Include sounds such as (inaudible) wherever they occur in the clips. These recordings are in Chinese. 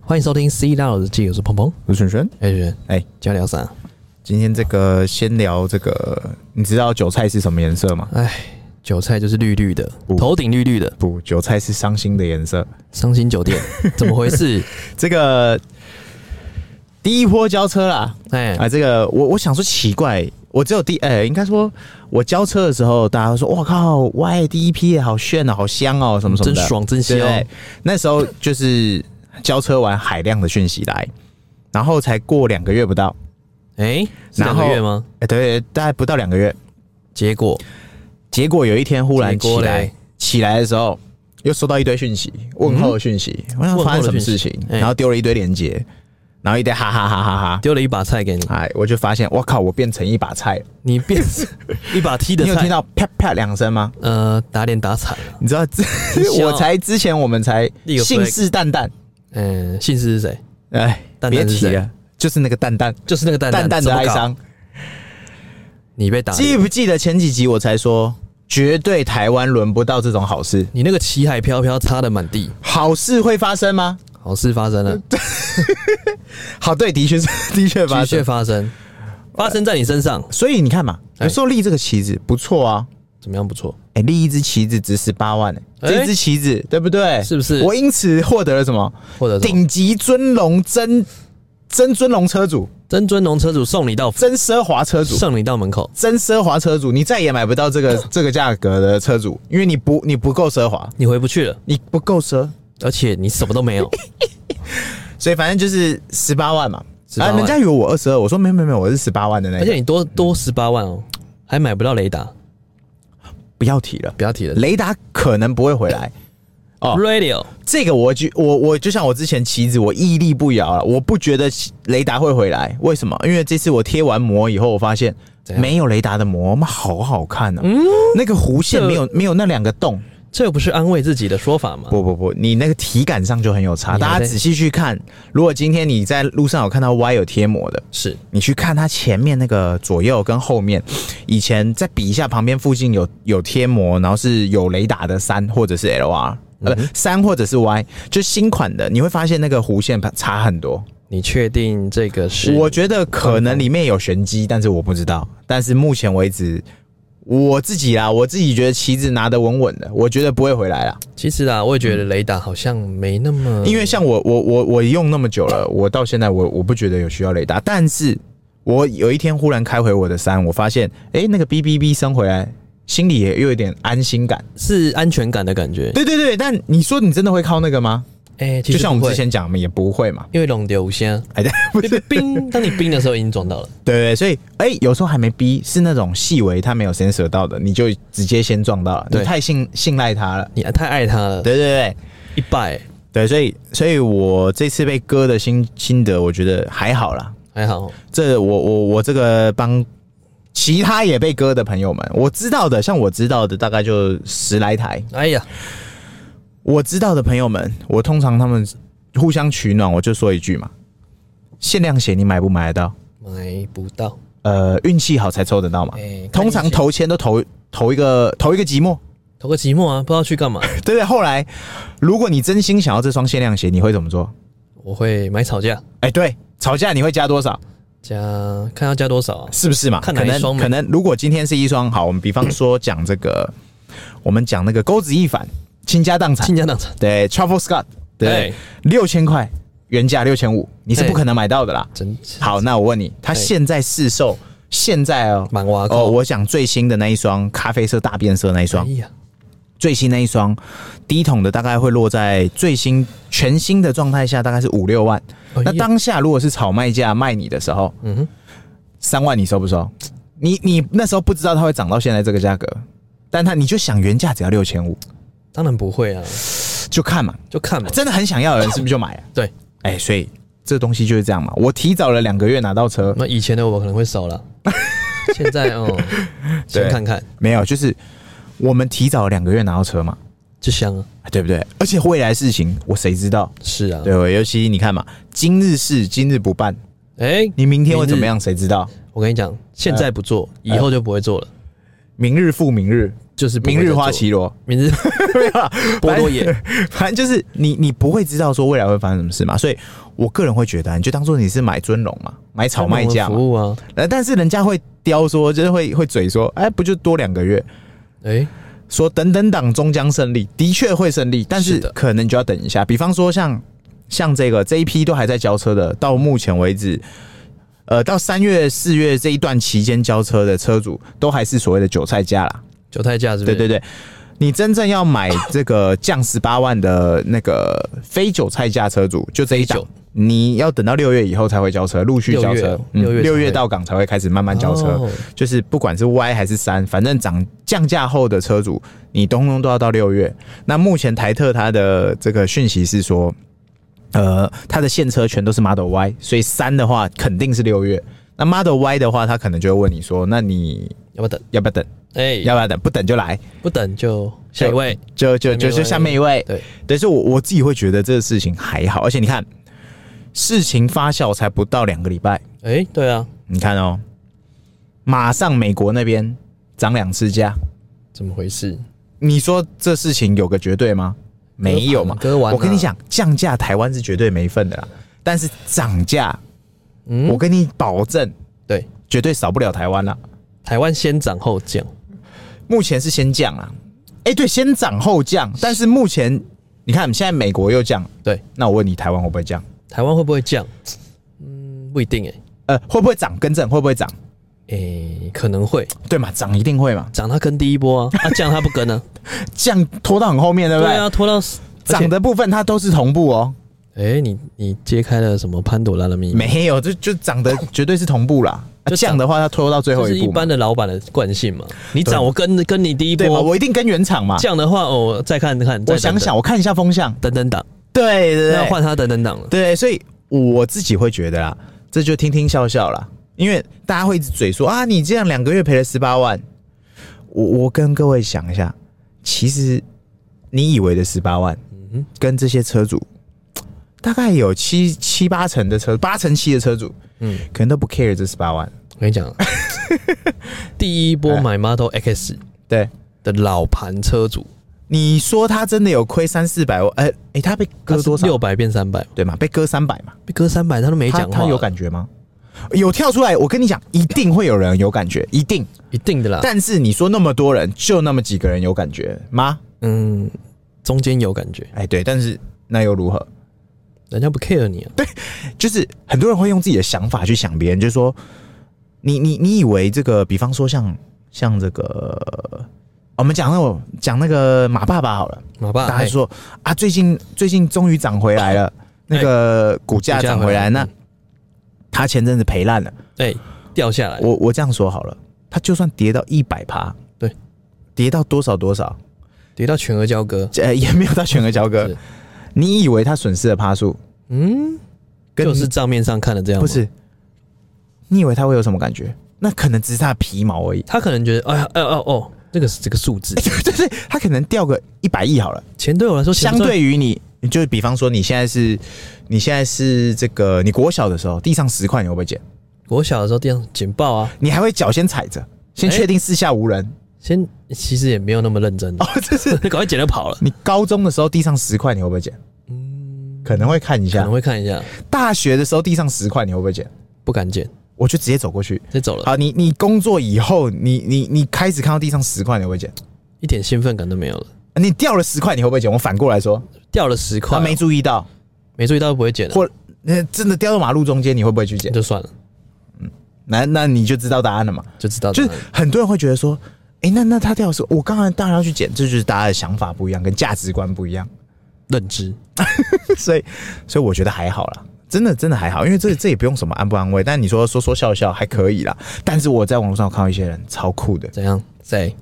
欢迎收听《C 大佬日记》，我是鹏鹏，卢璇璇，哎轩，哎今天聊啥？今天这个先聊这个，你知道韭菜是什么颜色吗？哎，韭菜就是绿绿的不，头顶绿绿的，不，韭菜是伤心的颜色。伤心酒 (laughs) 店，怎么回事？这个第一波交车啦，哎，啊，这个我我想说奇怪，我只有第哎、应该说我交车的时候，大家都说哇靠，喂，第一批耶好炫哦，好香哦，什么什么真的，爽，真对香不，对？那时候就是交车完海量的讯息来，然后才过两个月不到，哎，是然两后个月吗？哎、对，大概不到两个月，结果结果有一天忽然结起果来嘞，起来的时候又收到一堆讯息，问候的讯息，我嗯问想候的发生什么事讯情息，哎然后丢了一堆链接，然后一堆哈哈哈哈哈。丢了一把菜给你，哎，我就发现，我靠，我变成一把菜了。你变 (laughs) 成一把踢的你有听菜，到啪啪两声吗？呃，打脸打惨了。 (laughs) 你知道，这笑我才之前我们才立个 flag 信誓旦旦，嗯，姓氏是谁？哎，蛋蛋别是提谁了，就是那个蛋蛋，就是那个蛋蛋蛋的哀，怎么搞啊伤。你被打脸，记不记得前几集我才说，绝对台湾轮不到这种好事，你那个旗海飘飘，擦的满地，好事会发生吗？好事发生 (laughs) 了，好，对，的确是， (laughs) 的确发的生确。发生，发生在你身上，所以你看嘛，哎有时候立这个旗子不错啊。怎么样？不错，哎、立一只旗子值十八万、欸，哎这一只旗子对不对？是不是我因此获得了什么？或者什么顶级尊龙真真尊龙车主，真尊龙车主送你到 (laughs) 真奢华车主，送你到门口，真奢华车主，你再也买不到 (laughs) 这个这个价格的车主，因为你不你不够奢华，你回不去了，你不够奢，而且你什么都 (laughs) 没有，所以反正就是十八万嘛。 18万啊，人家以为我二十二，我说没有没有没有，我是十八万的那而个且，你多多十八万哦，还买不到雷达，不要提了，不要提了。雷达可能不会回来。哦 Radio 这个我就我我就像我之前棋子，我屹立不摇了，啊我不觉得雷达会回来，为什么？因为这次我贴完膜以后，我发现怎样嗯没有雷达的膜，妈好好看呢、那个弧线没有没有那两个洞，这不是安慰自己的说法吗？不不不，你那个体感上就很有差。你还大家在仔细去看，如果今天你在路上有看到 Y 有贴膜的，是，你去看它前面那个左右跟后面，以前再比一下旁边附近有有贴膜，然后是有雷达的三或者是 LR，、呃，三或者是 Y，就新款的，你会发现那个弧线差很多。你确定这个是？我觉得可能里面有玄机，但是我不知道。但是目前为止，我自己啦，我自己觉得旗子拿得稳稳的，我觉得不会回来啦。其实啊，我也觉得雷达好像没那么，因为像我我我我用那么久 (laughs) 了，我到现在我我不觉得有需要雷达，但是我有一天忽然开回我的山，我发现哎、诶那个哔哔哔声回来，心里也又有点安心感。是安全感的感觉。对对对，但你说你真的会靠那个吗？哎，其就实像我不们会之，前讲，我们也不会嘛。因为龙流先，哎，对不是啊冰，当你冰的时候已经撞到了，对对，所以哎、诶有时候还没逼，是那种细微它没有 sensor 到的，你就直接先撞到了，对你太信信赖它了。你太爱他了，对对对，一拜对，所以所以我这次被割的心心得，我觉得还好啦。还好哦，这我我我这个帮其他也被割的朋友们，我知道的，像我知道的大概就十来台，哎呀，我知道的朋友们，我通常他们互相取暖，我就说一句嘛，限量鞋你买不买得到？买不到，呃，运气好才抽得到嘛。哎，通常投投签都投投一个投一个寂寞，投个寂寞啊，不知道去干嘛，对不对？后来如果你真心想要这双限量鞋，你会怎么做？我会买吵架，哎，对，吵架你会加多少？加看要加多 (laughs) 少啊，是不是嘛？看哪可一能双嘛可能如果今天是一双好，我们比方说讲这个，我们讲那个钩子一反，倾家荡产，倾家荡产，对 t r a v e l Scott，对哎，六千块原价六千五，你是哎不可能买到的啦。真好，那我问你，它哎现在市售现在哦，满挖哦，口，我想最新的那一双咖啡色大变色那一哎双，呀，最新那一双低筒的大概会落在最新全新的状态下大概是五六万。哎呀那当下如果是炒卖价卖你的时候，嗯哼。三万你收不收？你你那时候不知道它会涨到现在这个价格，但它你就想原价只要六千五，当然不会啊，就看嘛，就看嘛。真的很想要的人是不是就买、啊？对， (laughs) 哎、所以这东西就是这样嘛。我提早了两个月拿到车，那以前的我可能会少 (laughs) 了，现在哦，先看看没有，就是我们提早了两个月拿到车嘛，就香啊，对不对？而且未来事情我谁知道？嗯是啊，对，尤其你看嘛，今日事今日不办，哎，你明天会怎么样？谁知道？哎我跟你讲，现在不做，以后就不会做了。明日复明日，就是不会明再日做花绮罗，明日啊 (laughs) 没有啦，波 (laughs) 多野，反正就是你你不会知道说未来会发生什么事嘛，所以我个人会觉得啊，你就当做你是买尊龙嘛，买炒卖价服嘛，务啊，呃，但是人家会刁说，就是会会嘴说，哎，不就多两个月，哎，说等等党终将胜利，的确会胜利，但是是的可能就要等一下。比方说像像这个这一批都还在交车的，到目前为止，呃，到三月四月这一段期间交车的车主，都还是所谓的韭菜价啦。韭菜价是不对是？对对，你真正要买这个降十八万的那个非韭菜价车主，就这一档非韭，你要等到六月以后才会交车，陆续交六月车哦，嗯六月才六会月到港才会开始慢慢交车。哦就是不管是 Y 还是三，反正涨降价后的车主，你通通都要到六月。那目前台特它的这个讯息是说，呃，它的现车全都是 Model Y，所以三的话肯定是六月。那 Model Y 的话，他可能就会问你说，那你要不要等？要不要等？哎，要不要等？不等就来，不等就下一位。就就就就下下面面一一位。对，但是我我自己会觉得这个事情还好，而且你看，事情发酵才不到两个礼拜，哎，对啊，你看哦，马上美国那边涨两次价。怎么回事？你说这事情有个绝对吗？没有嘛，割完啊我跟你讲，降价台湾是绝对没份的啦，但是涨价，嗯我跟你保证，对，绝对少不了台湾啦。台湾先涨后降，目前是先降啊，哎、对，先涨后降，但是目前你看现在美国又降，对，那我问你，台湾会不会降？台湾会不会降？嗯，不一定哎、呃，会不会涨？更正，会不会涨？诶、欸可能会对嘛，涨一定会嘛，涨，它跟第一波啊，啊降它不跟啊，降拖到很后 (laughs) 面，对不对？啊，拖到涨。的部分它都是同步哦，诶、欸你你揭开了什么潘朵拉的秘密？没有，就就涨的绝对是同步啦。啊就涨降的话，它拖到最后这是一一步嘛般，的老板的惯性嘛。你对涨我跟跟你第一对嘛？波我一定跟原厂嘛，降的话，哦，再看看，再我等想等想，我看一下风向，等等等，对对那对换他等等等了。对，所以我自己会觉得啦，这就听听笑笑啦，因为大家会一直嘴说啊，你这样两个月赔了十八万，我我跟各位想一下，其实你以为的十八万，嗯跟这些车主大概有七七八成的车，八成七的车主嗯，可能都不 care 这十八万，我跟你 (laughs) 讲，啊第一波买 Model X 对。的老盘车主，你说他真的有亏三四百万？哎、哎、他被割多少？六百变三百，对嘛，被割三百嘛。被割三百，他都没他讲话，他有感觉吗？有跳出来，我跟你讲，一定会有人有感觉，一定。一定的啦。但是你说那么多人，就那么几个人有感觉吗？嗯，中间有感觉，哎，对，但是那又如何？人家不 care 你啊。就是很多人会用自己的想法去想别人，就是说，你你你以为这个，比方说像像这个，我们讲那种讲那个马爸爸好了，马爸，大家哎说啊，最近最近终于涨回来了，那个股价哎股价涨回回来，来那嗯他前阵子赔烂了。哎、掉下来，我我这样说好了，它就算跌到一百趴，对，跌到多少多少，跌到全额交割，呃， (laughs) 也没有到全额交割是。你以为它损失的趴数，嗯，跟就是账面上看的这样，不？是？你以为它会有什么感觉？那可能只是它的皮毛而已。他可能觉得，哎呀，哦哦哦，这个是这个数 (laughs) 字，对对，它可能掉个一百亿好了。钱对我来说相对于你，你就比方说你现在是，你现在是这个，你国小的时候地上十块你会不会捡？我小的时候这样简报啊，你还会脚先踩着，先哎确定四下无人。先其实也没有那么认真的，啊 (laughs) 哦，这是赶快捡就跑了，你高中的时候地上十块你会不会捡？可能会看一 (laughs) 嗯可下能。会看一下，大学的时候地上十块你会不会捡？不敢捡，我就直接走过去。再走了，好，你你工作以后，你你你开始看到地上十块，你会不会捡？啊一点兴奋感都没有了，你掉了十块，你会不会捡？我反过来说，掉了十块他哦，没注意到，没注意到不会捡了，或那真的掉到马路中间，你会不会去捡？就算了，那那你就知道答案了嘛。就知道就是答案很多人会觉得说，诶，那那他掉的时候，我当然当然要去捡，这就是大家的想法不一样，跟价值观不一样。 (laughs) 认知，所以所以我觉得还好啦，真的真的还好，因为这这也不用什么安不安慰，但你说说说笑笑还可以啦。但是我在网络上有看到一些人超酷的，怎样？谁？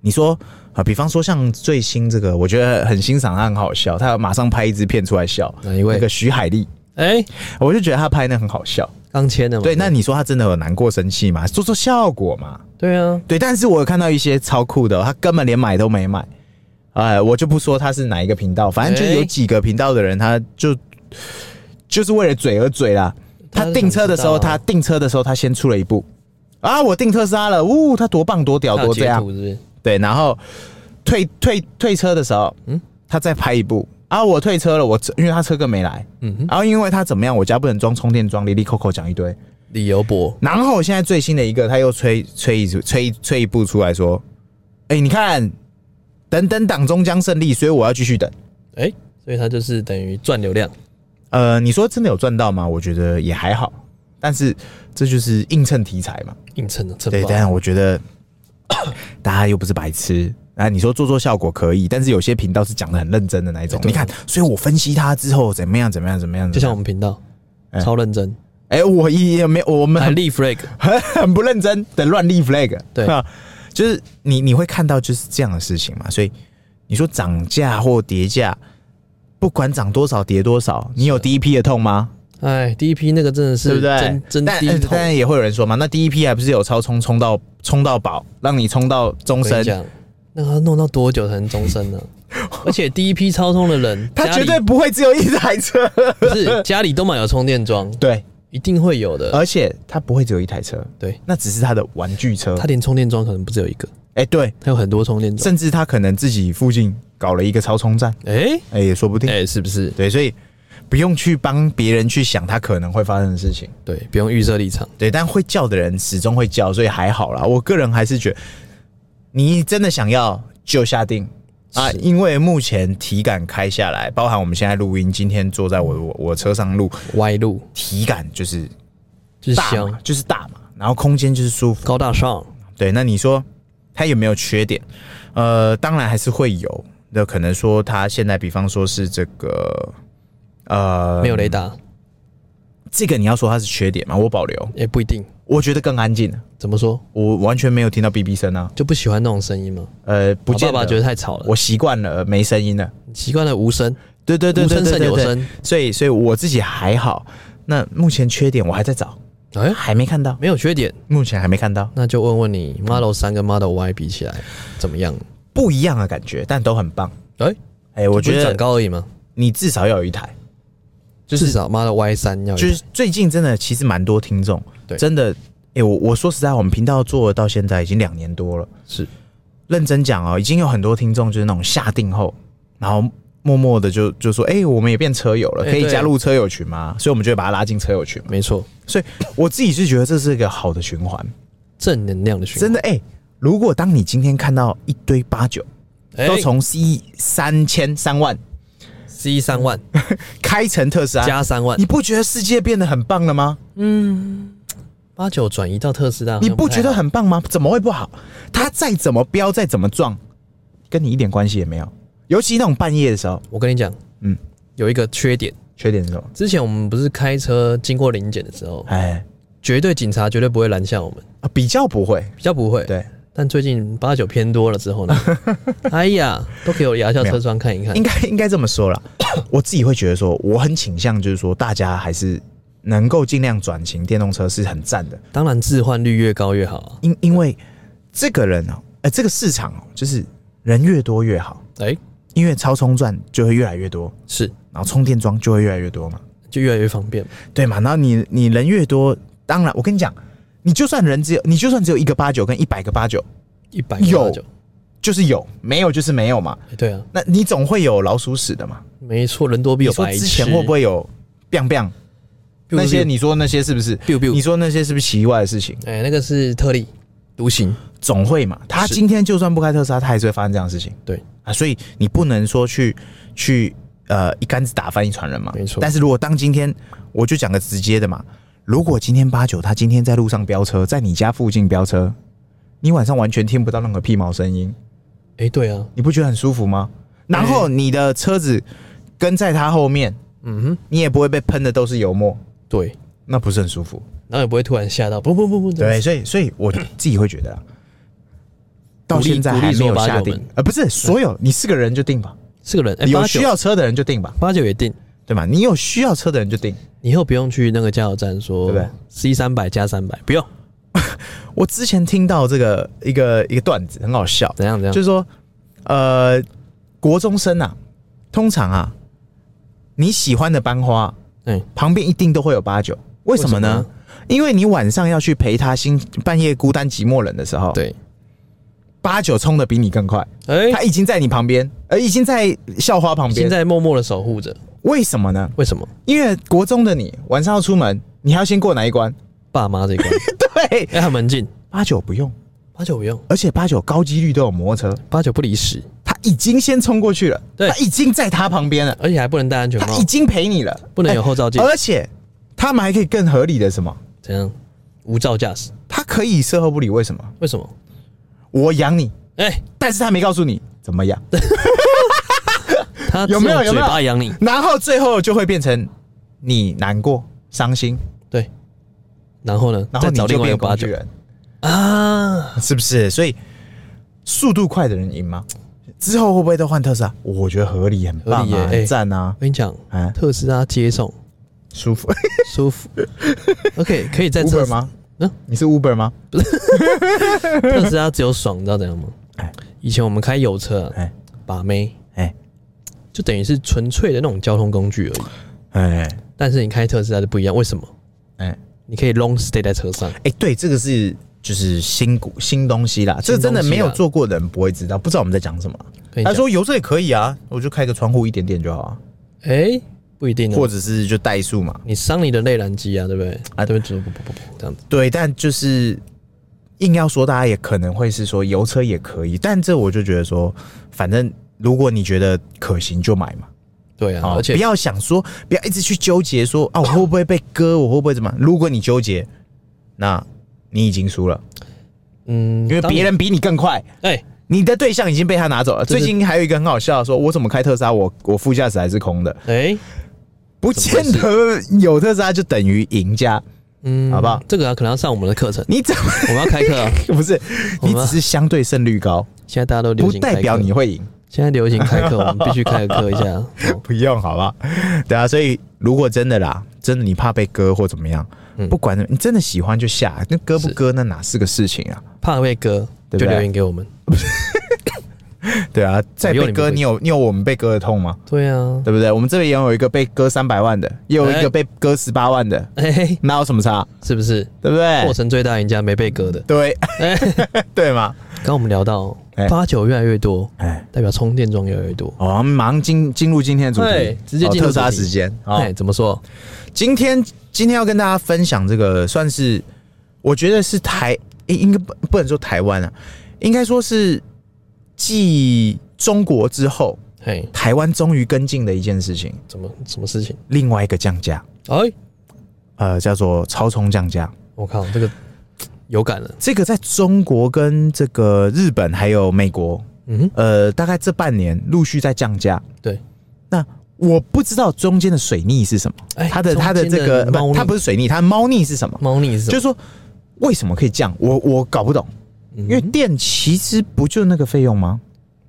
你说啊，比方说像最新这个，我觉得很欣赏他，很好笑，他马上拍一支片出来笑，哪一位那个徐海丽，哎、我就觉得他拍那很好笑。刚签的嘛，对，那你说他真的有难过、生气吗？做做效果嘛？对啊，对，但是我有看到一些超酷的，他根本连买都没买。哎，我就不说他是哪一个频道，反正哎就有几个频道的人，他就就是为了嘴而嘴啦。他他是订车的时候，想知道他啊订车的时候，他先出了一步啊，我订特斯拉了，呜，他多棒多屌他有多这截样图，是不是？对，然后退退退车的时候，嗯，他再拍一部啊，我退车了，我车因为他车更没来，嗯，然后因为他怎么样，我家不能装充电桩，里里扣扣讲一堆，理由博，然后现在最新的一个，他又吹吹一吹吹一步出来说：“哎、你看，等等党终将胜利，所以我要继续等。哎、所以他就是等于赚流量，”呃，你说真的有赚到吗？我觉得也还好，但是这就是映衬题材嘛。硬撑的撑对，爆但我觉得 (coughs) 大家又不是白痴。啊，你说做做效果可以，但是有些频道是讲的很认真的那一种。哎对你看，所以我分析它之后怎么样，怎么样，怎么样。就像怎我么们频道、哎超认真，哎样，哎、我也没有，我们很还立 flag，很 (laughs) 很不认真的乱立 flag。对啊，就是你你会看到就是这样的事情嘛，所以你说涨价或跌价，不管涨多少跌多少，你有第一批的痛吗？哎，第一批那个真的是对不对真？真但第一呃桶，但也会有人说嘛，那第一批还不是有超冲冲到冲到饱，让你冲到终我跟身你？讲，那个要弄到多久才能终 (laughs) 身呢？而且第一批超充的人，他家绝里对不会只有一台车，不是家里都买有充电桩， (laughs) 对，一定会有的。而且他不会只有一台车，对，那只是他的玩具车他。连充电桩可能不只有一个，哎、对，他有很多充电桩。甚至他可能自己附近搞了一个超充站，哎哎、也说不定。哎，是不是？对，所以不用去帮别人去想他可能会发生的事情。对，不用预设立场。对，但会叫的人始终会叫，所以还好啦。我个人还是觉得，你真的想要就下定啊，是因为目前体感开下来，包含我们现在录音，今天坐在我我我车上录，歪路体感就是就是大嘛香，，就是大嘛，然后空间就是舒服。高大上，对，那你说它有没有缺点？呃，当然还是会有。那可能说它现在，比方说是这个，呃，没有雷达这个你要说它是缺点吗？我保留，也哎不一定。我觉得更安静了，怎么说我完全没有听到哔哔声啊。就不喜欢那种声音吗？呃，不我见爸得爸觉得太吵了，我习惯了没声音了。习惯了无声，对对对无对声对胜对有对，声。所以所以我自己还好。那目前缺点我还在找，哎，还没看到，没有缺点，目前还没看到那就问问你，Model 三跟 Model Y 比起来怎么样？不一样的感觉，但都很棒。哎，哎、我不觉是长得高而已吗？你至少要有一台，至少 Model Y 三要有就是最近真的其实蛮多听众，对真的，哎、我我说实在，我们频道做到现在已经两年多了，是认真讲哦，已经有很多听众就是那种下定后，然后默默的就就说，哎、我们也变车友了，哎可以对加入车友群吗？所以我们就会把他拉进车友群嘛。没错，所以我自己是觉得这是一个好的循环，正能量的循环真的哎、如果当你今天看到一堆八九，哎都从 C 三千三万 C 三万开成特斯拉，加三万你不觉得世界变得很棒了吗？八九转移到特斯拉，你好像不太觉得好很棒吗？怎么会不好？它再怎么飙，再怎么撞，跟你一点关系也没有。尤其那种半夜的时候，我跟你讲，嗯嗯，有一个缺点，缺点是什么？之前我们不是开车经过临检的时候，哎，绝对警察绝对不会拦下我们，啊比较不会，比较不会。对，但最近八九偏多了之 (laughs) 后呢，哎呀，都给我摇下车窗看一看应。该应该这么说 (coughs) 啦。我自己会觉得说，我很倾向就是说，大家还是能够尽量转型电动车是很赞的，当然置换率越高越好啊。因因为这个人哦、呃，这个市场哦、就是人越多越好，哎、因为超充站就会越来越多，是，然后充电桩就会越来越多嘛。就越来越方便。对嘛？然后你你人越多，当然我跟你讲，你就算人只有你就算只有一个八九跟一百个八九，一百有八九，就是有没有就是没有嘛。哎对啊，那你总会有老鼠屎的嘛？没错，人多必你有说白痴。之前会不会有 biang biang 那些？你说那些是不是？ biu biu，你说那些是不是奇怪的事情？哎、那个是特例独行，总会嘛？他是今天就算不开特斯拉，他还是会发生这样的事情。对啊，所以你不能说去去呃一竿子打翻一船人嘛。没错但是如果当今天我就讲个直接的嘛，如果今天八九他今天在路上飙车，在你家附近飙车，你晚上完全听不到任何屁毛声音，哎、对啊，你不觉得很舒服吗？哎然后你的车子跟在他后面，嗯哼，你也不会被喷的都是油墨，对，那不是很舒服？然后也不会突然吓到，不不不不，对，所以所以我自己会觉得啦，到现在鼓励还没鼓有励说下八九定门，呃，不是所有你是个人就定吧，是个人，哎、有八需九要车的人就定吧，八九也定，对吗？你有需要车的人就定。你以后不用去那个加油站说，对不对？C 三百加三百，不用，我之前听到这个一个一个段子很好笑，怎样怎样？就是是说，呃，国中生啊，通常啊，你喜欢的班花哎、旁边一定都会有八九，为什么呢？为什因为你晚上要去陪他心半夜孤单寂寞冷的时候，对，八九冲的比你更快，哎、他已经在你旁边，呃，已经在校花旁现边。在默默的守护着，为什么呢？为什么？因为国中的你晚上要出门，你还要先过哪一关？ (laughs) 爸妈这一关，对，哎、很门禁，八九不用，八九不用，而且八九高几率都有摩托车，八九不离十，他已经先冲过去了，对他已经在他旁边了，而且还不能戴安全他帽已，经陪你了，不能有哎后照镜而且他们还可以更合理的什么？怎样？无照驾驶，他可以事后不理，为什么？为什么？我养你，哎、但是他没告诉你怎么养，他有没有只嘴有没巴有养你？然后最后就会变成你难过、伤心，对，然后呢？然后再你找就另外一变个八工具九人，啊！ (laughs) 是不是？所以速度快的人赢吗？之后会不会都换特斯拉？我觉得合理，很棒合理耶啊，哎很赞啊我，跟你讲，哎特斯拉接 (laughs) 送舒服。舒服，OK，可以在特 (laughs) Uber 斯吗？嗯你是 Uber 吗？特斯拉只有爽，你知道怎样吗哎？以前我们开油车、啊哎，把妹哎就等于是纯粹的那种交通工具而已。哎但是你开特斯拉就不一样，为什么？哎你可以 long stay 在车上，哎，对，这个是就是新股新东西啦，这个真的新东西啦啊没有做过的人不会知道，不知道我们在讲什么。跟你他讲，说油车也可以啊，我就开个窗户一点点就好啊，哎、不一定或哦。者是就怠速嘛。你伤你的内燃机啊，对不对？啊，啊对不对？不不不不，这样子对，但就是硬要说，大家也可能会是说油车也可以，但这我就觉得说，反正如果你觉得可行就买嘛，对啊，哦而且不要想说，不要一直去纠结说啊，我会不会被割，我会不会怎么样？如果你纠结，那你已经输了，嗯，因为当你别人比你更快。哎、你的对象已经被他拿走了。这最是近还有一个很好笑的说我怎么开特斯拉，我我副驾驶还是空的，哎、不见得有特斯拉就等于赢家，嗯，好不好？这个、啊、可能要上我们的课 (laughs) 程，你怎么我们要开课啊。不是？我你们只是相对胜率高，现在大家都流不行开课，代表你会赢。现在流行开 (laughs) 课，我们必须开个课一下。哦不用，好吧？ (laughs) 对啊，所以如果真的啦，真的你怕被割或怎么样，嗯不管你真的喜欢就下，那割不是割那哪是个事情啊？怕被割，对不就对留言给我们。对啊，再又被哎你割，不会你有你有我们被割的痛吗？对啊，对不对？我们这边也有一个被割三百万的，也有一哎个被割十八万的，哎、嘿哪有什么差？是不是？对不对过？程最大赢家没被割的。对 (laughs) 哎、对嘛？刚我们聊到哎八九越来越多，哎，代表充电桩越来越多。哦，我们马上进进入今天的主对题，直接哦进入特斯拉主题时间。哦好哎、，怎么说？今天今天要跟大家分享这个，算是我觉得是台应应该不不能说台湾啊，应该说是继中国之后，嘿，台湾终于跟进的一件事情，哎怎么什么事情？另外一个降价，哎、呃，叫做超充降价。我靠，这个有感了。这个在中国跟这个日本还有美国，嗯哼，呃，大概这半年陆续在降价。对，那我不知道中间的水逆是什么，哎它的中它的间这个的猫不，它腻不是水逆，它猫腻是什么？猫腻是什么？就是说为什么可以降？我我搞不懂，嗯因为电其实不就那个费用吗？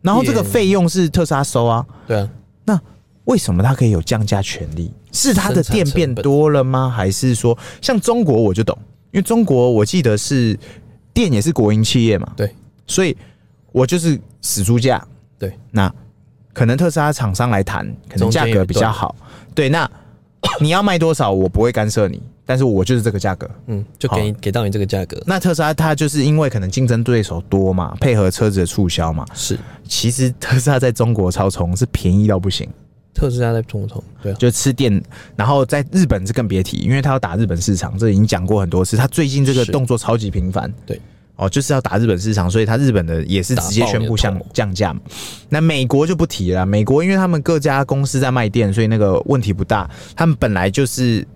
然后这个电费用是特斯拉收啊，对啊，那为什么它可以有降价权利？是它的生产电成变本多了吗？还是说像中国我就懂，因为中国我记得是电也是国营企业嘛，对，所以我就是死猪价。对，那可能特斯拉厂商来谈，可能中间价有一格比较段好。对，那 (coughs) 你要卖多少，我不会干涉你，但是我就是这个价格。嗯，就给你给到你这个价格，那特斯拉它就是因为可能竞争对手多嘛，配合车子的促销嘛，是其实特斯拉在中国超充是便宜到不行。特斯拉在中国冲，对啊，就吃电，然后在日本这更别提，因为他要打日本市场，这已经讲过很多次。他最近这个是动作超级频繁，对，哦，就是要打日本市场，所以他日本的也是直接宣布打降爆你的头降价嘛。那美国就不提了，美国因为他们各家公司在卖电，所以那个问题不大。他们本来就是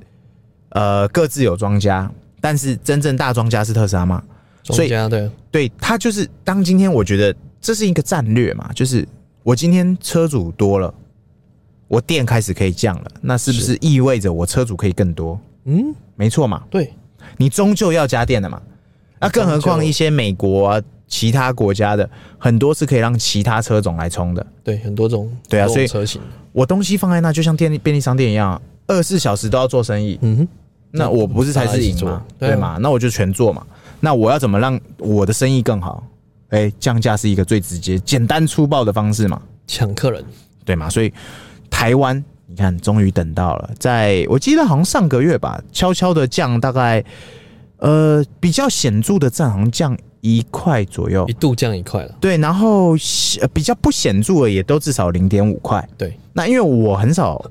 呃各自有庄家，但是真正大庄家是特斯拉嘛，所中以嗯家对啊，对他就是当今天，我觉得这是一个战略嘛，就是我今天车主多了，我店开始可以降了，那是不是意味着我车主可以更多？嗯，没错嘛，对，你终究要加电的嘛。那更何终况究一些美国啊、其他国家的很多是可以让其他车种来充的。对，很多种对啊多种所以车型，我东西放在那，就像便利便利商店一样、啊，二十四小时都要做生意。嗯哼，那我不是才是大家一赢吗？起做对啊对嘛？那我就全做嘛。那我要怎么让我的生意更好？哎、降价是一个最直接、简单粗暴的方式嘛，抢客人，对嘛？所以台湾，你看，终于等到了，在我记得好像上个月吧，悄悄的降大概，呃，比较显著的降，好像降一块左右一，度降一块了。对，然后呃比较不显著的也都至少零点五块。对，那因为我 (coughs) 很少，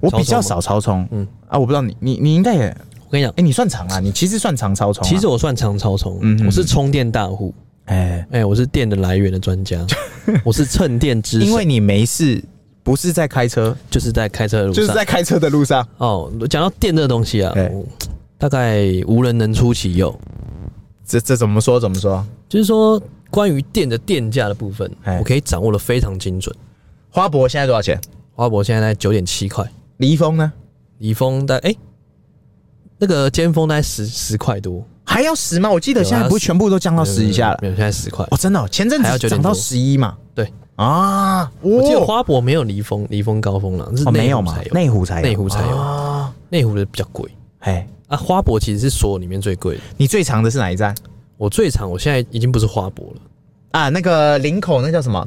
我比较少超充，嗯啊，我不知道你你你应该也，哎、我跟你讲，你算长啊，你其实算长超充啊、其实我算常超充，嗯我是充电大户，哎、哎、我是电的来源的专 (laughs) 家，我是蹭电之神，因为你没事，不是在开车，就是在开车的路上，就是在开车的路上，哦，讲到电这个东西啊，哎我大概无人能出其右，这这怎么说怎么说？就是说关于电的电价的部分，哎我可以掌握的非常精准。花博现在多少钱？花博现在在九点七块，离峰呢？李峰在哎、那个尖峰在十十块多，还要十吗？我记得有啊现在不是全部都降到十以下了没。有，现在十块。哦，真的、哦，前阵还要子9涨到点多十一嘛。对，啊，我我记得花博没有离峰，离峰高峰了，是哦没内有湖嘛才，有，内湖才有，内湖才有哦内湖的比较贵哎，啊。花博其实是所有里面最贵的。你最长的是哪一站我最长，我现在已经不是花博了，啊？那个林口那叫什么？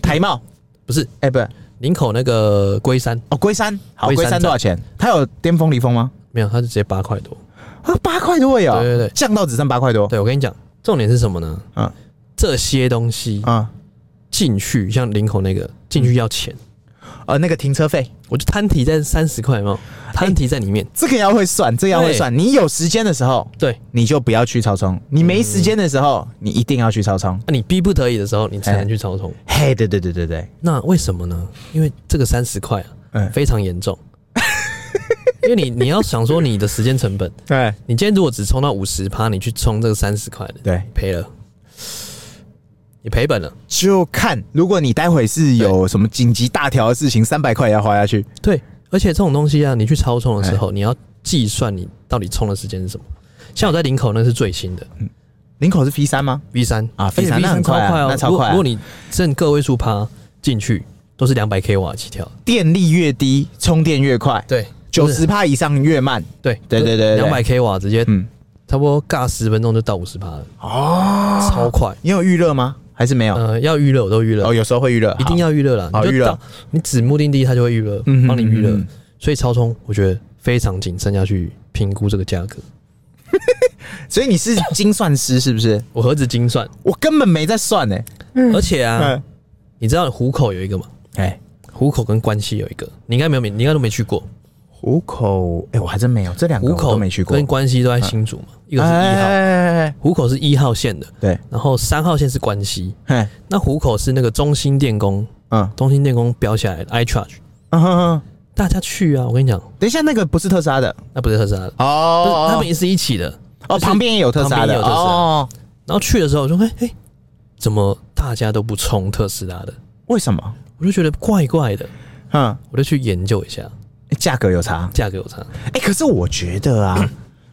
台茂？不是哎、不是，林口那个龟山，哦，龟山。好，龟龟山山多少钱？它有巅峰离峰吗？没有，它是直接八块多。啊，八块多有。对对对降到只剩八块多。对我跟你讲，重点是什么呢？嗯这些东西啊，进去，像林口那个进去要钱，呃，那个停车费，我就摊提在三十块有没有？哎摊提在里面，这个要会算，这个要会对算。你有时间的时候，对，啊你就不要去超充；你没时间的时候，你一定要去超充。那、你逼不得已的时候，你哎才能去超充。嘿，对对对对对，那为什么呢？因为这个三十块啊，嗯非常严 (laughs) 重。因为你你要想说你的时间成本，对你今天如果只充到五十趴，你去充这个三十块的，对。赔了，你赔本了。就看，如果你待会是有什么紧急大条的事情，三百块也要花下去。对，而且这种东西啊，你去超充的时哎候，你要计算你到底充的时间是什么。像我在林口那是最新的林口是 V 三吗？ V 三啊 V3 V 那三很超快啊快哦那，超如果快啊如果你剩个位数趴进去，都是两百 k 瓦起跳。电力越低，充电越快，对，九十帕以上越慢。对对对对对两百 k 瓦直接嗯，差不多尬十分钟就到五十趴了，哦，超快。你有预热吗？还是没有？呃，要预热我都预热哦，，有时候会预热，一定要要预热啦。好你预就热到你指目的地，它就会预热嗯，哼帮你预嗯热哼。所以超充我觉得非常谨慎要去评估这个价格，所以你是精算师是不 (coughs) 是？我何止精算，我根本没在算欸呢、而且啊，嗯，你知道虎口有一个吗？哎，虎口跟关西有一个，你应该没有，你应该都没去过。虎口，哎、我还真没有，这两个虎我口都没去过。跟关西都在新竹嘛，一个是一哎号，哎哎虎口是一号线的，对，然后三号线是关西。哎，那虎口是那个中兴电工，嗯中兴电工标下来的 i charge，嗯哼哼，大家去啊！我跟你讲，等一下，那个不是特斯拉的那不是特斯拉的，哦他们也是一起的。哦，就是旁边也有特斯拉旁的边也有特斯拉哦，然后去的时候我就哎哎，怎么大家都不冲特斯拉的？为什么？我就觉得怪怪的，嗯，我就去研究一下，价格有差。价格有差。哎、可是我觉得啊，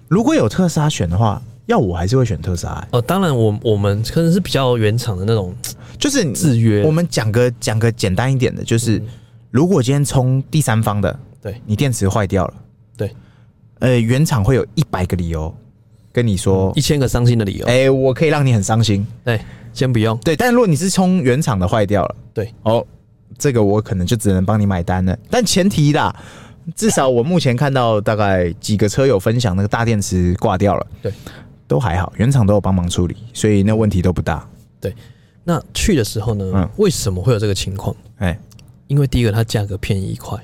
如果有特斯拉选的话，要我还是会选特斯拉、欸。哦，当然我我们可能是比较原厂的那种就是你制约我，们讲个讲个简单一点的，就是、如果今天充第三方的，对你电池坏掉了，对，呃，原厂会有一百个理由跟你说一，千个伤心的理由。哦哎、我可以让你很伤心。对，先不用。对，但如果你是充原厂的坏掉了，对，哦，这个我可能就只能帮你买单了。但前提啦，至少我目前看到大概几个车友分享那个大电池挂掉了，对，都还好，原厂都有帮忙处理，所以那问题都不大。那去的时候呢，嗯为什么会有这个情况？哎、因为第一个它价格便宜一块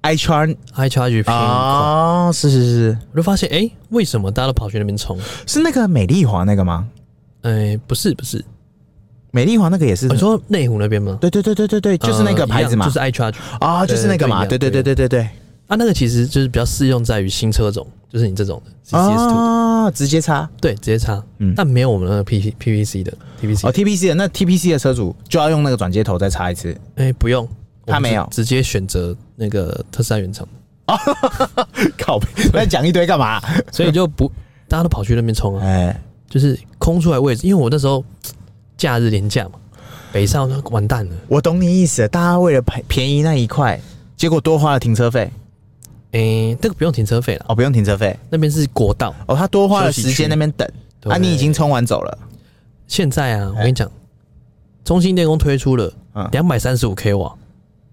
i c h a r ，i charge 便宜一块，啊、是是是，我就发现哎、诶为什么大家都跑去那边充？是那个美丽华那个吗？哎、不是不是，美丽华那个也是，你说内湖那边吗？对对对对对对，就是那个呃牌一子样嘛，就是 i charge 啊、就是那个嘛，对对对对对对对对对，啊，那个其实就是比较适用在于新车种，就是你这种的 CCS two，、啊，直接插对，直接插，嗯但没有我们那个 P P V C 的 P V C，哦哎、 ，TPC 的那 TPC 的车主就要用那个转接头再插一次，诶哎不用，它我们没有直直接选择那个特斯拉原厂，靠背，那讲一堆干嘛？所以就不 (laughs) 大家都跑去那边充啊，哎，就是空出来位置，因为我那时候假日连假嘛，北上完蛋了。我懂你意思，大家为了便便宜那一块，结果多花了停车费诶、哎这个不用停车费了，哦，不用停车费那边是国道。哦，他多花了时休息区间那边等对啊，你已经充完走了，现在啊，我跟你讲，中兴电工推出了嗯两百三十五 k 瓦，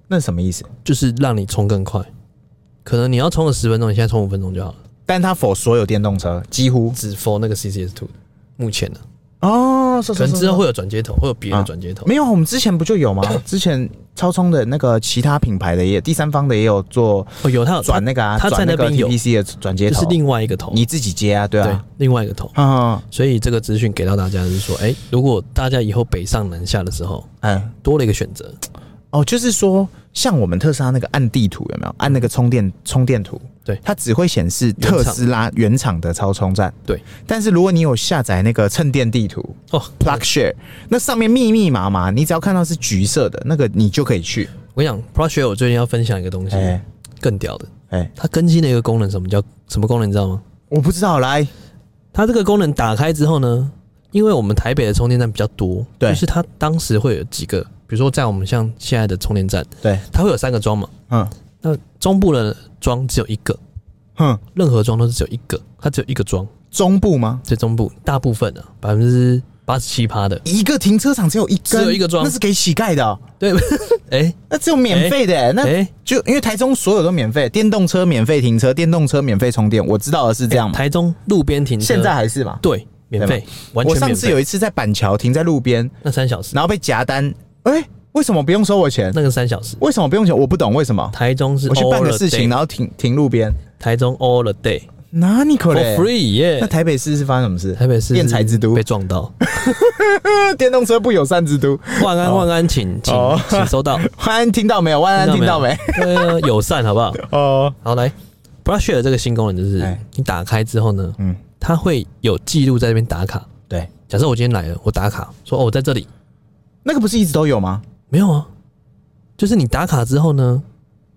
那是什么意思？就是让你充更快。可能你要充个十分钟，你现在充五分钟就好了。但他否所有电动车几乎只 for 那个 CCS Two，目前呢、哦，是可能是是之是后会有转接头，会有别的啊转接头。没有，我们之前不就有 (coughs) 吗？之前超充的那个其他品牌的也，第三方的也有做哦，有它有转那个啊，它在转那个边有 TPC 的转接就头，是另外一个头，你自己接啊，对对啊，另外一个头。嗯所以这个资讯给到大家就是说，哎、如果大家以后北上南下的时候，嗯，多了一个选择，哦，就是说像我们特斯拉那个按地图有没有按那个充电充电图？嗯对它只会显示原厂特斯拉原厂的超充站。对，但是如果你有下载那个蹭电地图哦， Plug Share，那上面密密麻麻，你只要看到是橘色的那个，你就可以去。我跟你讲 p r o s h a r e 我最近要分享一个东西，哎更屌的，哎，它更新了一个功能，什么叫什么功能？你知道吗？我不知道，来，它这个功能打开之后呢，因为我们台北的充电站比较多，对就是它当时会有几个，比如说在我们像现在的充电站，对，它会有三个桩嘛，嗯那中部的桩只有一个，哼，任何桩都是只有一个，它只有一个桩，中部吗？在中部大部分啊，百分之八十七趴的，一个停车场只有一根，只有一个桩那是给乞丐的哦、对， (laughs) 哎那只有免费的、欸那哎，就因为台中所有都免费，电动车免费停车，电动车免费充电，我知道的是这样嘛。台中路边停车，现在还是嘛？对免费，完我全上免次有费，一次在板桥停在路边，那三小时，然后被夹单，哎、为什么不用收我钱？那个三小时，为什么不用钱？我不懂为什么。台中是我去 all 办 the 个事 day 情，然后停停路边，台中 all the day 哪里 for 可能？ free 耶、 (laughs) 那台北市是发生什么事？台北市电财之都被，撞到，呃 (laughs) 电动车不友善之都。 (laughs) 万安万安请请哦 (laughs) 请收 (laughs) 到，欢安听到没有？万安听到没？？呃， (laughs) 友善好不好？哦，好来 b r u s h e r 这个新功能就是哎你打开之后呢，嗯，它会有记录在这边打卡。对，假设我今天来了，我打卡说哦我在这里，那个不是一直都有吗？没有啊，就是你打卡之后呢，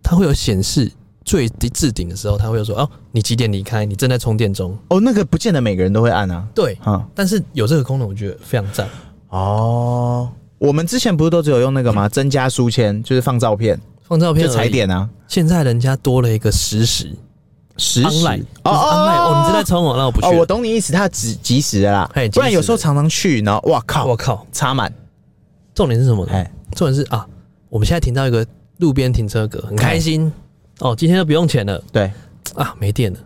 它会有显示最低置顶的时候，它会有说哦你几点离开，你正在充电中。哦，那个不见得每个人都会按啊。对，嗯，但是有这个功能，我觉得非常赞。哦，我们之前不是都只有用那个吗？增加书签就是放照片，放照片就而已踩，点啊，现在人家多了一个实时实 online，就是哦 online 哦，你正在在冲我，那我不去哦，了。我懂你意思，它及及时的啦嘿，不然有时候及时的常常去，然后哇靠，我靠，插满，重点是什么呢？哎，重点是啊，我们现在停到一个路边停车哎格，很开心哦，今天都不用钱了对，啊，没电了，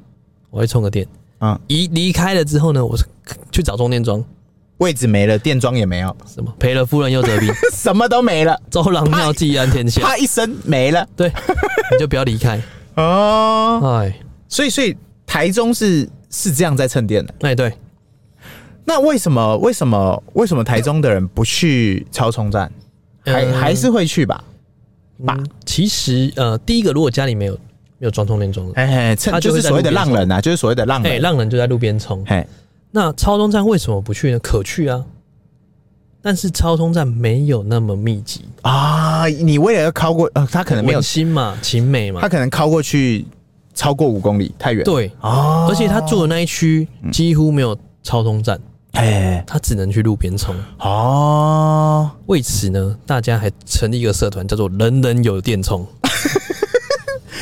我去充个电。嗯，一离开了之后呢，我是去找充电桩，位置没了，电桩也没 (laughs) 有，什么赔了夫人又折 (laughs) 兵，什么都没了，周郎妙计安天下。啪一声没了对，你就不要离开。哦，哎，所以所以台中是是这样在蹭电的，哎对，那为什么为什么为什么台中的人不去超充站，还、呃还是会去吧？吧嗯其实呃，第一个如果家里没有没有装充电桩的，哎、嘿趁他就就会是所谓在的路边浪人啊，就是所谓的浪哎，人，让人就在路边充。哎、那超充站为什么不去呢？可去啊，但是超充站没有那么密集，啊，你为了要靠过，呃，他可能没有文，心嘛，晴美嘛他，可能靠过去超过五公里，太远。对，啊，而且他住的那一区嗯几乎没有超充站，哎，他只能去路边充。哦，为此呢，大家还成立一个社团，叫做“人人有电充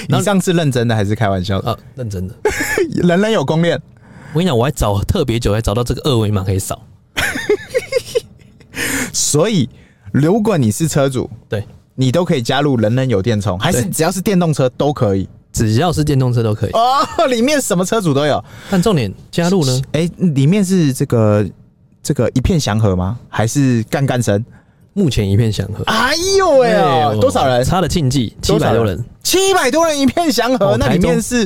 你上次认真的还是开玩笑”。的？啊，认 (laughs) 真的，人人有攻略，我跟你讲，我还找特别久，还找到这个二维码可以扫。所以如果你是车主，对，你都可以加入人人有电充，还是对只要是电动车都可以只要是电动车都可以。哦。里面什么车主都有。但重点加入呢，哎、里面是这个这个一片祥和吗？还是干干神？目前一片祥和。哎呦喂、哎哦，呦多少人？差了庆记七百多人。，七百多人一片祥和，哦那台里中面是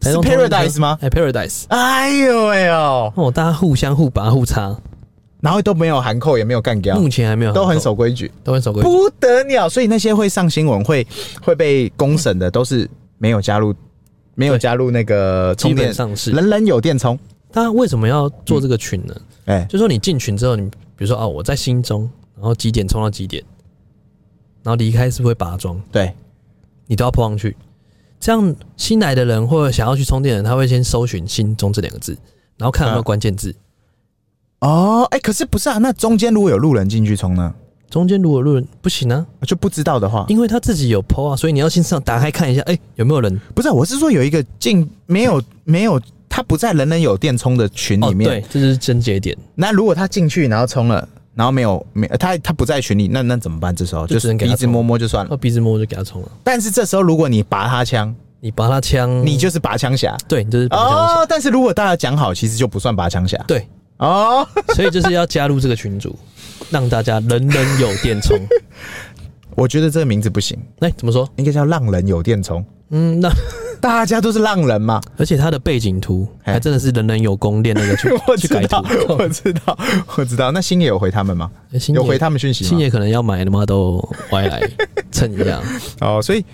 台中是同仁堂 Paradise 吗哎，Paradise。哎呦喂哦，哦，大家互相互拔互插，然后都没有含扣，也没有干掉目，前还没有啊都很够守规矩，都很守规矩。不得了。所以那些会上新闻、会会被公审的，都是没有加入、没有对加入那个充基电本，上是，人人有电充。大家为什么要做这个群呢？哎，就说你进群之后，你比如说啊，我在新中，然后几点冲到几点，然后离开是不是会拔桩，对，你都要泼上去。这样新来的人或者想要去充电的人，他会先搜寻“新中”这两个字，然后看有没有嗯关键字。哦，哎，可是不是啊？那中间如果有路人进去充呢，中间如果论不行啊，就不知道的话，因为他自己有 PO 啊，所以你要先上打开看一下，哎、有没有人不是啊、我是说有一个进没有没有，他不在人人有电充的群哦，里面。对，这就是症结点，那如果他进去然后冲了，然后没有没他他不在群里，那那怎么办？这时候就就只能是给他鼻子冲摸摸就算了那。鼻子摸就给他冲了，但是这时候如果你拔他枪，啊你拔他枪，你就是拔枪侠。嗯对，你就是拔枪、哦，但是如果大家讲好，其实就不算拔枪侠。对，哦，所以就是要加入这个群组，让大家人人有电充。我觉得这个名字不行，哎、怎么说？应该叫“浪人有电充嗯，那”，大家都是浪 (laughs) 人嘛。而且他的背景图嘿还真的是人人有功，练那个去 (laughs) 我去知改道图。，我知道，我知道。那星爷有回他们吗？哎星有回爷，他们讯息星吗？爷可能要买他妈都歪来蹭 (laughs) 一下哦，所以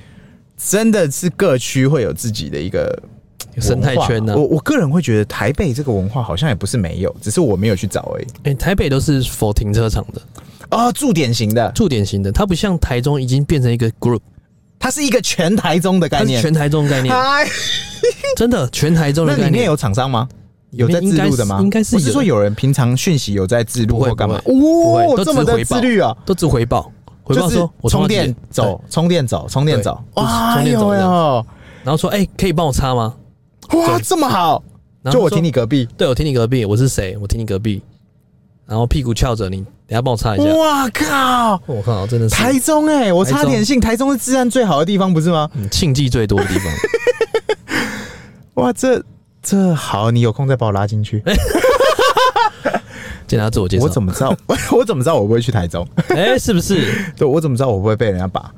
真的是各区会有自己的一个生态圈啊呢、文化我我个人会觉得台北这个文化好像也不是没有，只是我没有去找而已。哎、台北都是否停车场的，哦，驻点型的，驻点型的，它不像台中已经变成一个 group，它是一个全台中的概它是念。全台中的概念，哎，真的全台中那的概里面念。有厂商吗？有在里面自录的吗？应该是应该是我是有说有人平常讯息有在自录不会或干嘛？会哦都，只这是么的回报自律啊！都只回报，回报就说我是充到几点电走，充电走，充电走，对就是充哇电走呦这样呦，对然后说哎、可以帮我擦吗？哇，对这么好！然后就我他说停你，隔壁，对我停你隔壁，我是谁？我停你隔壁，然后屁股翘着，你等下帮我擦一下。哇靠！我靠，真的是台中哎、我差点信台中是治安最好的地方，不是吗？嗯庆忌最多的地方。哇，这这好，你有空再把我拉进去。哎简单自我介绍，我怎么么知道？ (laughs) 我怎么知道我不会去台中？哎、是不是对，我怎么知道我不会被人家把？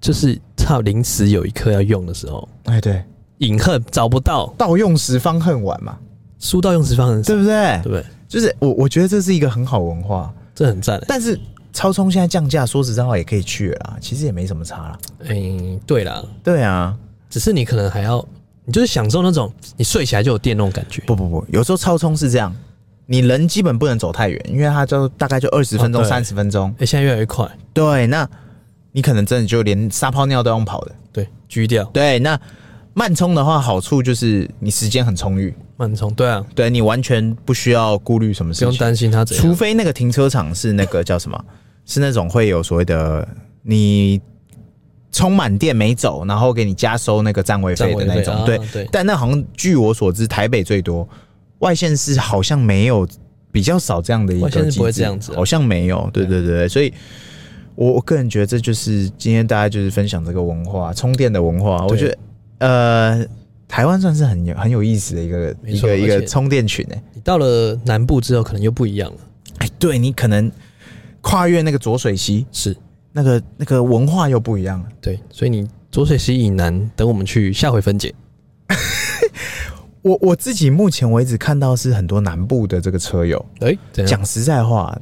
就是差临时有一刻要用的时候，哎，对，隐恨找不到，到用时方恨晚嘛，书到用时方恨少，对不对对？不对？就是我，我觉得这是一个很好文化。这很赞、欸。但是超充现在降价，说实在话也可以去了啦，其实也没什么差啦。嗯，对啦，对啊，只是你可能还要，你就是享受那种你睡起来就有电那种感觉。不不不，有时候超充是这样，你人基本不能走太远，因为它就大概就二十分钟、哦对三十分钟。哎、现在越来越快，对，那你可能真的就连撒泡尿都用跑的。对，居掉对，那慢充的话，好处就是你时间很充裕，慢充，对啊，对你完全不需要顾虑什么不事用情，担心它怎除样。非那个停车场是那个叫什么， (laughs) 是那种会有所谓的你充满电没走，然后给你加收那个占位费的那占种，位费对啊对但那好像据我所知，台北最多，外县市好像没有比较少这样的一个外县市机不会制这样子啊好像没有，对对对对，所以。我我个人觉得这就是今天大家就是分享这个文化，充电的文化。我觉得，呃，台湾算是很有很有意思的一个没一错个一而个且充电群诶、欸你到了南部之后，可能又不一样了。哎，对你可能跨越那个浊水溪，是那个那个文化又不一样了。对，所以你浊水溪以南，等我们去下回分解。我我自己目前为止看到是很多南部的这个车友，哎、怎样？讲实在话，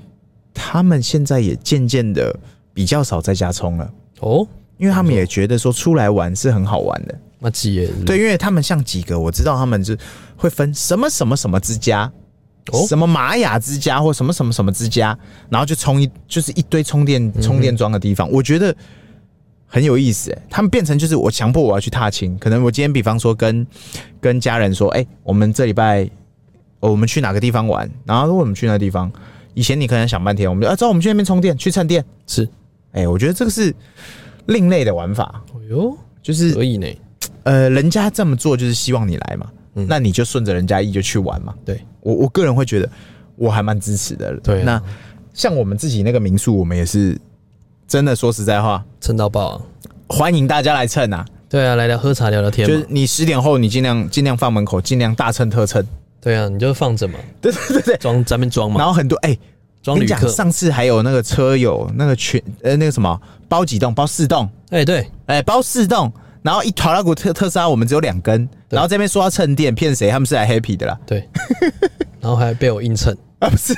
他们现在也渐渐的比较少在家冲了，哦，因为他们也觉得说出来玩是很好玩的。那基耶，对，因为他们像几个，我知道他们是会分什么什么什么之家。哦什么玛雅之家或什么什么什么之家，然后就充一就是一堆充电充电桩的地方，我觉得很有意思、欸。他们变成就是我强迫我要去踏青，可能我今天比方说跟跟家人说，哎、我们这礼拜、哦我们去哪个地方玩，然后如果我们去那个地方，以前你可能想半天，我们就啊，走，我们去那边充电，去蹭电。是，哎、我觉得这个是另类的玩法，哦哟，就是可以呢。呃，人家这么做就是希望你来嘛，嗯那你就顺着人家意就去玩嘛。对我我个人会觉得我还蛮支持的。对啊那像我们自己那个民宿，我们也是真的说实在话，蹭到爆啊！欢迎大家来蹭啊！对啊，来聊喝茶聊聊天就嘛。是你十点后，你尽量尽量放门口，尽量大蹭 (laughs) 特蹭。对啊，你就放着嘛，对对对对。装咱们装嘛然，后很多哎，装跟旅你讲，客。上次还有那个车友那个群呃那个什么包几栋包四栋，哎、对，哎、包四栋，然后一淘拉古特特斯拉我们只有两根，对然后这边说要蹭电骗谁？他们是来 happy 的啦。对，然后还被我硬蹭，啊，不是，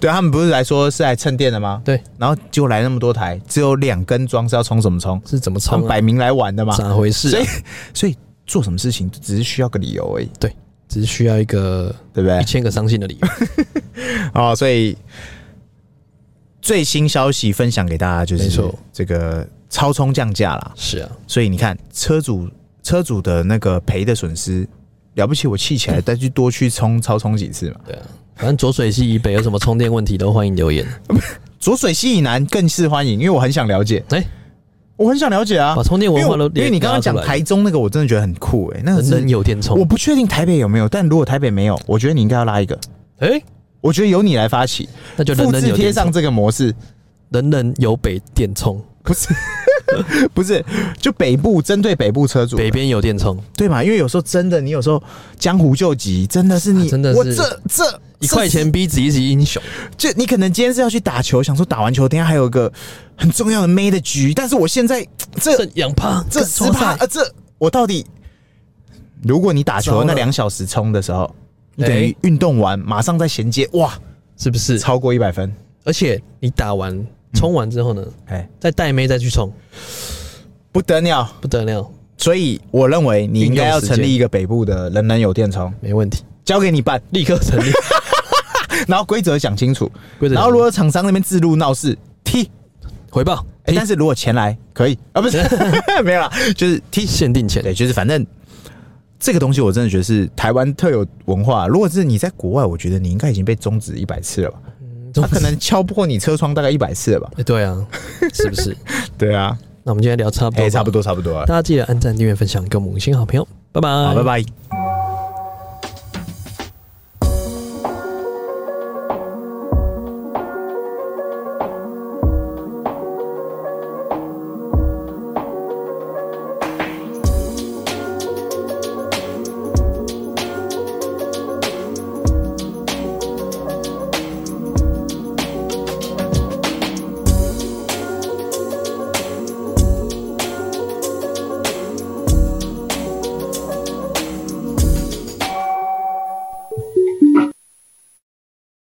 对他们不是来说是来蹭电的吗？对，然后结果来那么多台，只有两根桩是要充什么充？是怎么他冲啊？们摆明来玩的嘛。咋回事、所以啊？，所以做什么事情只是需要个理由而已，对，只是需要一个对不对一？千个伤心的 (laughs) 理由。哦，所以最新消息分享给大家就没是错这个超充降价啦。是啊，所以你看，车主车主的那个赔的损失了不起，我气起嗯来再去多去充超充几次嘛。对啊，反正浊水溪以北有什么充电问题都欢迎留言。浊水溪以南更是欢迎，因为我很想了解，哎、我很想了解啊。把充电因为文化我都因为你刚刚讲拿出来台中那个，我真的觉得很酷哎、那个人是人有电充我，不确定台北有没有，但如果台北没有，我觉得你应该要拉一个，哎、我觉得由你来发起，那就人复人制有贴电上充，这个模式，人人有北电充，不是不是，就北部针对北部车主的，北边有电充，对嘛？因为有时候真的，你有时候江湖救急，真的是你，啊真的我是这这一块，钱逼自己是英雄。这就你可能今天是要去打球，想说打完球，等一下还有个很重要的妹的局，但是我现在这这养胖，这干十趴，冲赛呃，这我到底，如果你打糟球了那两小时冲的时候，你等于哎运动完马上再衔接，哇，是不是？超嗯过一百分，而且你打完冲完之后呢，哎，再带妹再去冲，不得了。不得了，所以我认为你应该要运动时间成立一个北部的人人有电充，没问题，交给你办， (laughs) 立刻成立。然后规则讲清楚， (laughs) 规则讲清楚然后如果厂商那边自入闹事，踢。回报，哎、但是如果钱来可以啊，不 (laughs) 是没有啦，就是踢哎限定前对，就是反正这个东西我真的觉得是台湾特有文化。如果是你在国外，我觉得你应该已经被终止一百次了吧？他可能敲破你车窗大概一百次了吧？哎，对啊，是不是？对啊， (laughs) 那我们今天聊差不哎、多，差不。多差不多了大，家记得按赞、订阅、分享，给我们五星好评哦，拜拜，好，拜。拜。